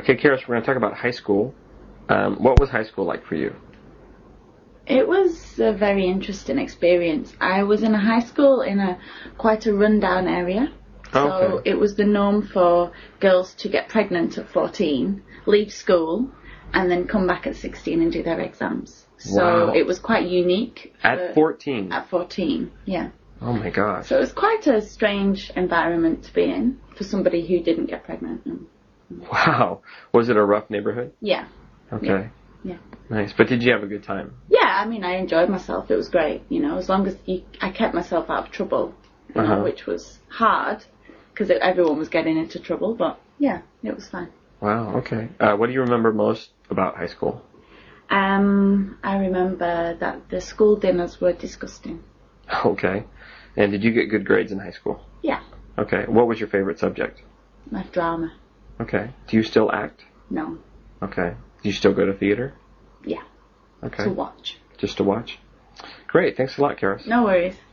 Okay, Karis, we're going to talk about high school. Um, what was high school like for you? It was a very interesting experience. I was in a high school in a quite a rundown area. So Okay. it was the norm for girls to get pregnant at 14, leave school, and then come back at 16 and do their exams. So Wow. it was quite unique. At for- 14. At 14, yeah. Oh my gosh. So it was quite a strange environment to be in for somebody who didn't get pregnant. And- Wow. Was it a rough neighborhood? Yeah. Okay. Yeah. Nice. But did you have a good time? Yeah, I mean, I enjoyed myself. It was great, you know, as long as you, I kept myself out of trouble, you know, Uh-huh. which was hard because everyone was getting into trouble, but yeah, it was fine. Wow. Okay. Uh, what do you remember most about high school? Um, I remember that the school dinners were disgusting. Okay. And did you get good grades in high school? Yeah, Okay. What was your favorite subject? my drama. Okay. Do you still act? No, Okay. Do you still go to theater? yeah, Okay. to watch. Just to watch? Great. Thanks a lot, Karis. No worries.